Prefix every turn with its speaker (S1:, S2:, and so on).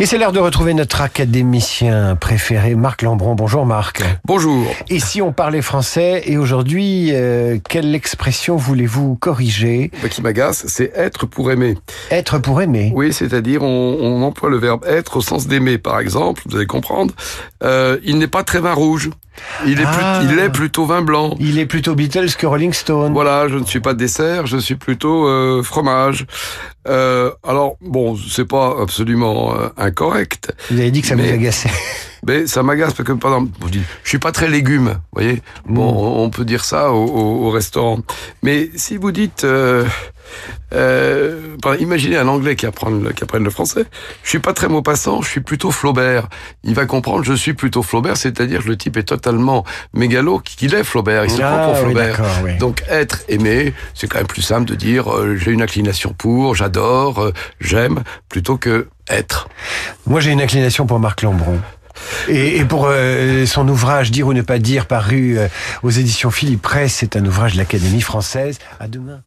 S1: Et c'est l'heure de retrouver notre académicien préféré, Marc Lambron. Bonjour Marc.
S2: Bonjour.
S1: Et si on parlait français Et aujourd'hui, euh, quelle expression voulez-vous corriger
S2: Ce Bah, qui m'agace, c'est être pour aimer.
S1: Être pour aimer
S2: Oui, c'est-à-dire on, on emploie le verbe être au sens d'aimer. Par exemple, vous allez comprendre, euh, il n'est pas très vin rouge. Il est,
S1: Ah.
S2: plut- il est plutôt vin blanc.
S1: Il est plutôt Beatles que Rolling Stone.
S2: Voilà, je ne suis pas dessert, je suis plutôt euh, fromage. Euh, alors bon, c'est pas absolument euh, incorrect,
S1: Vous avez dit que ça
S2: Mais-
S1: vous agaçait.
S2: mais ça m'agace parce que par exemple, on dit, je suis pas très légume, vous voyez. Bon, on- on peut dire ça au, au- au restaurant. Mais si vous dites, euh, euh, par- imaginez un Anglais qui apprend le, qui apprenne le français. Je suis pas très mot passant, je suis plutôt Flaubert. Il va comprendre, je suis plutôt Flaubert, c'est-à-dire que le type est totalement mégalo qu'il est Flaubert, il se prend
S1: Ah,
S2: pour
S1: oui,
S2: Flaubert.
S1: d'accord, oui.
S2: Donc être aimé, c'est quand même plus simple de dire euh, j'ai une inclination pour, j'adore, euh, j'aime, plutôt que être.
S1: Moi, j'ai une inclination pour Marc Lambron. Et, et pour euh, son ouvrage Dire ou ne pas dire, paru euh, aux éditions Philippe Presse, c'est un ouvrage de l'Académie française. À demain.